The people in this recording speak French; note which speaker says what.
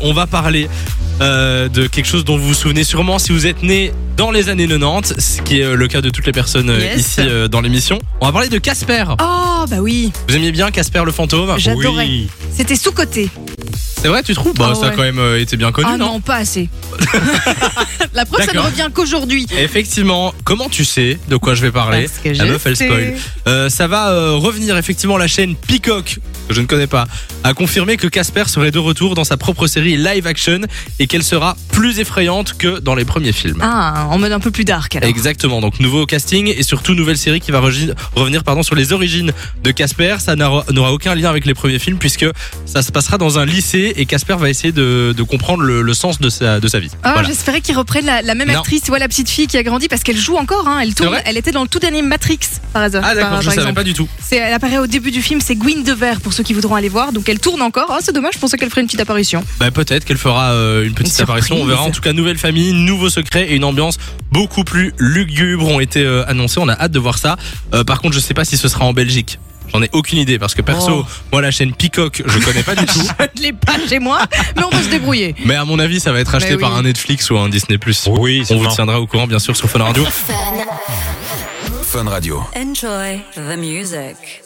Speaker 1: On va parler euh, de quelque chose dont vous vous souvenez sûrement si vous êtes né dans les années 90, ce qui est euh, le cas de toutes les personnes euh,
Speaker 2: Yes.
Speaker 1: ici euh, dans l'émission. On va parler de Casper.
Speaker 2: Oh bah oui,
Speaker 1: Vous aimiez bien Casper le fantôme
Speaker 2: J'adorais. c'était sous côté.
Speaker 1: Bah, C'est vrai, tu trouves Bah,
Speaker 2: Ah
Speaker 1: ça a
Speaker 2: ouais.
Speaker 1: quand même euh, été bien connu,
Speaker 2: ah non, pas assez. La preuve, ça ne
Speaker 1: D'accord.
Speaker 2: revient qu'aujourd'hui.
Speaker 1: Effectivement, comment tu sais de quoi je vais parler
Speaker 2: Parce que
Speaker 1: La
Speaker 2: Bah, je
Speaker 1: meuf, elle
Speaker 2: sais.
Speaker 1: spoil. Euh, ça va euh, revenir effectivement la chaîne Peacock, que je ne connais pas, a confirmé que Casper serait de retour dans sa propre série live action et qu'elle sera plus effrayante que dans les premiers films.
Speaker 2: Ah, en mode un peu plus dark. alors.
Speaker 1: Exactement, donc nouveau casting et surtout nouvelle série qui va regi- revenir pardon, sur les origines de Casper. Ça n'aura n'aura aucun lien avec les premiers films puisque ça se passera dans un lycée et Casper va essayer de, de comprendre le, le sens de sa, de sa vie.
Speaker 2: Ah,
Speaker 1: Voilà.
Speaker 2: J'espérais qu'ils reprennent la, la même
Speaker 1: Non.
Speaker 2: actrice, ouais, la petite fille qui a grandi parce qu'elle joue encore. hein, elle tourne.
Speaker 1: vrai
Speaker 2: Elle était dans le tout dernier Matrix par hasard.
Speaker 1: Ah d'accord,
Speaker 2: par-
Speaker 1: je
Speaker 2: par
Speaker 1: savais
Speaker 2: exemple.
Speaker 1: pas du tout.
Speaker 2: C'est- Elle apparaît au début du film. C'est Gwyn Devere pour ceux qui voudront aller voir. Donc elle tourne encore. Ah, c'est dommage. Je pensais qu'elle ferait une petite apparition.
Speaker 1: Bah, peut-être qu'elle fera euh, une petite
Speaker 2: Une
Speaker 1: apparition. On verra en
Speaker 2: surprise.
Speaker 1: tout cas nouvelle famille, nouveau secret et une ambiance beaucoup plus lugubre ont été euh, annoncées. On a hâte de voir ça. Euh, par contre, je sais pas si ce sera en Belgique. J'en ai aucune idée parce que perso,
Speaker 2: Oh.
Speaker 1: moi la chaîne Peacock, je connais pas du tout.
Speaker 2: Je ne l'ai pas chez moi, mais on va se débrouiller.
Speaker 1: Mais à mon avis, ça va être acheté
Speaker 2: Mais oui.
Speaker 1: par un Netflix ou un Disney+.
Speaker 3: Oui,
Speaker 1: On vous tiendra au courant, bien sûr, sur Fun Radio.
Speaker 3: Fun Radio.
Speaker 4: Enjoy the music.